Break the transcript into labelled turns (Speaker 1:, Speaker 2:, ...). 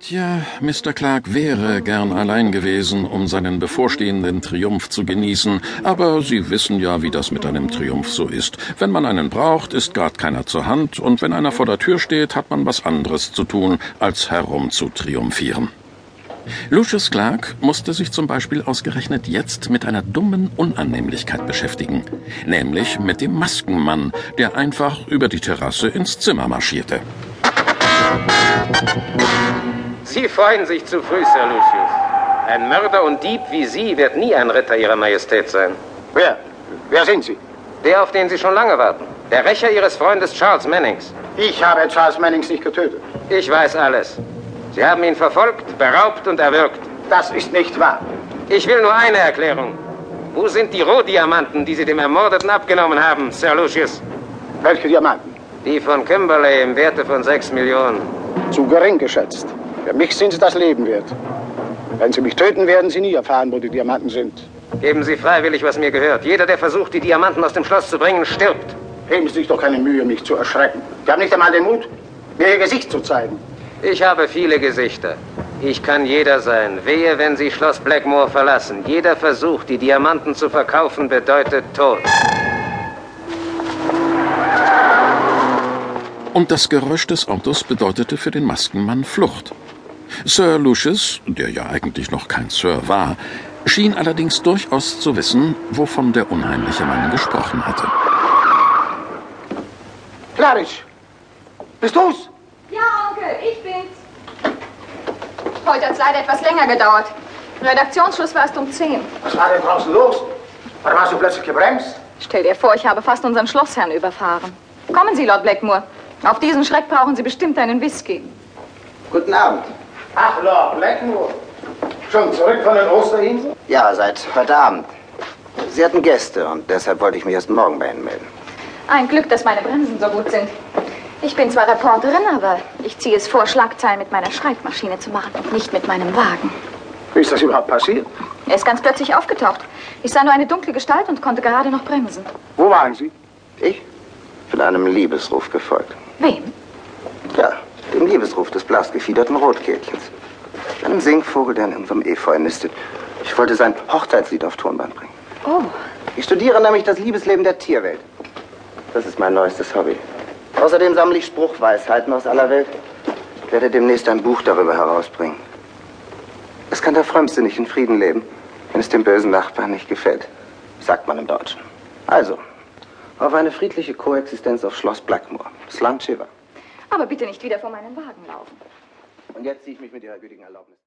Speaker 1: Tja, Mr. Clark wäre gern allein gewesen, um seinen bevorstehenden Triumph zu genießen, aber Sie wissen ja, wie das mit einem Triumph so ist. Wenn man einen braucht, ist grad keiner zur Hand, und wenn einer vor der Tür steht, hat man was anderes zu tun, als herum zu triumphieren. Lucius Clark musste sich zum Beispiel ausgerechnet jetzt mit einer dummen Unannehmlichkeit beschäftigen, nämlich mit dem Maskenmann, der einfach über die Terrasse ins Zimmer marschierte.
Speaker 2: Sie freuen sich zu früh, Sir Lucius. Ein Mörder und Dieb wie Sie wird nie ein Ritter Ihrer Majestät sein.
Speaker 3: Wer? Wer sind Sie?
Speaker 2: Der, auf den Sie schon lange warten. Der Rächer Ihres Freundes Charles Mannings.
Speaker 3: Ich habe Charles Mannings nicht getötet.
Speaker 2: Ich weiß alles. Sie haben ihn verfolgt, beraubt und erwürgt.
Speaker 3: Das ist nicht wahr.
Speaker 2: Ich will nur eine Erklärung. Wo sind die Rohdiamanten, die Sie dem Ermordeten abgenommen haben, Sir Lucius?
Speaker 3: Welche Diamanten?
Speaker 2: Die von Kimberley im Werte von 6 Millionen.
Speaker 3: Zu gering geschätzt. Für mich sind sie das Leben wert. Wenn Sie mich töten, werden Sie nie erfahren, wo die Diamanten sind.
Speaker 2: Geben Sie freiwillig, was mir gehört. Jeder, der versucht, die Diamanten aus dem Schloss zu bringen, stirbt.
Speaker 3: Geben Sie sich doch keine Mühe, mich zu erschrecken. Sie haben nicht einmal den Mut, mir Ihr Gesicht zu zeigen.
Speaker 2: Ich habe viele Gesichter. Ich kann jeder sein. Wehe, wenn Sie Schloss Blackmore verlassen. Jeder Versuch, die Diamanten zu verkaufen, bedeutet Tod.
Speaker 1: Und das Geräusch des Autos bedeutete für den Maskenmann Flucht. Sir Lucius, der ja eigentlich noch kein Sir war, schien allerdings durchaus zu wissen, wovon der unheimliche Mann gesprochen hatte.
Speaker 3: Clarice, bist du's?
Speaker 4: Ja, Onkel, ich bin's. Heute hat's leider etwas länger gedauert. Redaktionsschluss war erst um 10.
Speaker 3: Was war denn draußen los? Warum hast du plötzlich gebremst?
Speaker 4: Stell dir vor, ich habe fast unseren Schlossherrn überfahren. Kommen Sie, Lord Blackmore. Auf diesen Schreck brauchen Sie bestimmt einen Whisky.
Speaker 5: Guten Abend.
Speaker 3: Ach, Lord Blackmore. Schon zurück von den Osterinseln?
Speaker 5: Ja, seit heute Abend. Sie hatten Gäste und deshalb wollte ich mich erst morgen bei Ihnen melden.
Speaker 4: Ein Glück, dass meine Bremsen so gut sind. Ich bin zwar Reporterin, aber ich ziehe es vor, Schlagzeilen mit meiner Schreibmaschine zu machen und nicht mit meinem Wagen.
Speaker 3: Wie ist das überhaupt passiert?
Speaker 4: Er ist ganz plötzlich aufgetaucht. Ich sah nur eine dunkle Gestalt und konnte gerade noch bremsen.
Speaker 3: Wo waren Sie?
Speaker 5: Ich bin einem Liebesruf gefolgt.
Speaker 4: Wem?
Speaker 5: Ja, dem Liebesruf des blassgefiederten Rotkehlchens. Einem Singvogel, der in unserem Efeu nistet. Ich wollte sein Hochzeitslied auf Tonband bringen.
Speaker 4: Oh,
Speaker 5: Ich studiere nämlich das Liebesleben der Tierwelt. Das ist mein neuestes Hobby. Außerdem sammle ich Spruchweisheiten aus aller Welt. Ich werde demnächst ein Buch darüber herausbringen. Es kann der Frömmste nicht in Frieden leben, wenn es dem bösen Nachbarn nicht gefällt, sagt man im Deutschen. Also, auf eine friedliche Koexistenz auf Schloss Blackmoor, das Land Shiva.
Speaker 4: aber bitte nicht wieder vor meinen Wagen laufen.
Speaker 5: Und jetzt ziehe ich mich mit Ihrer gütigen Erlaubnis.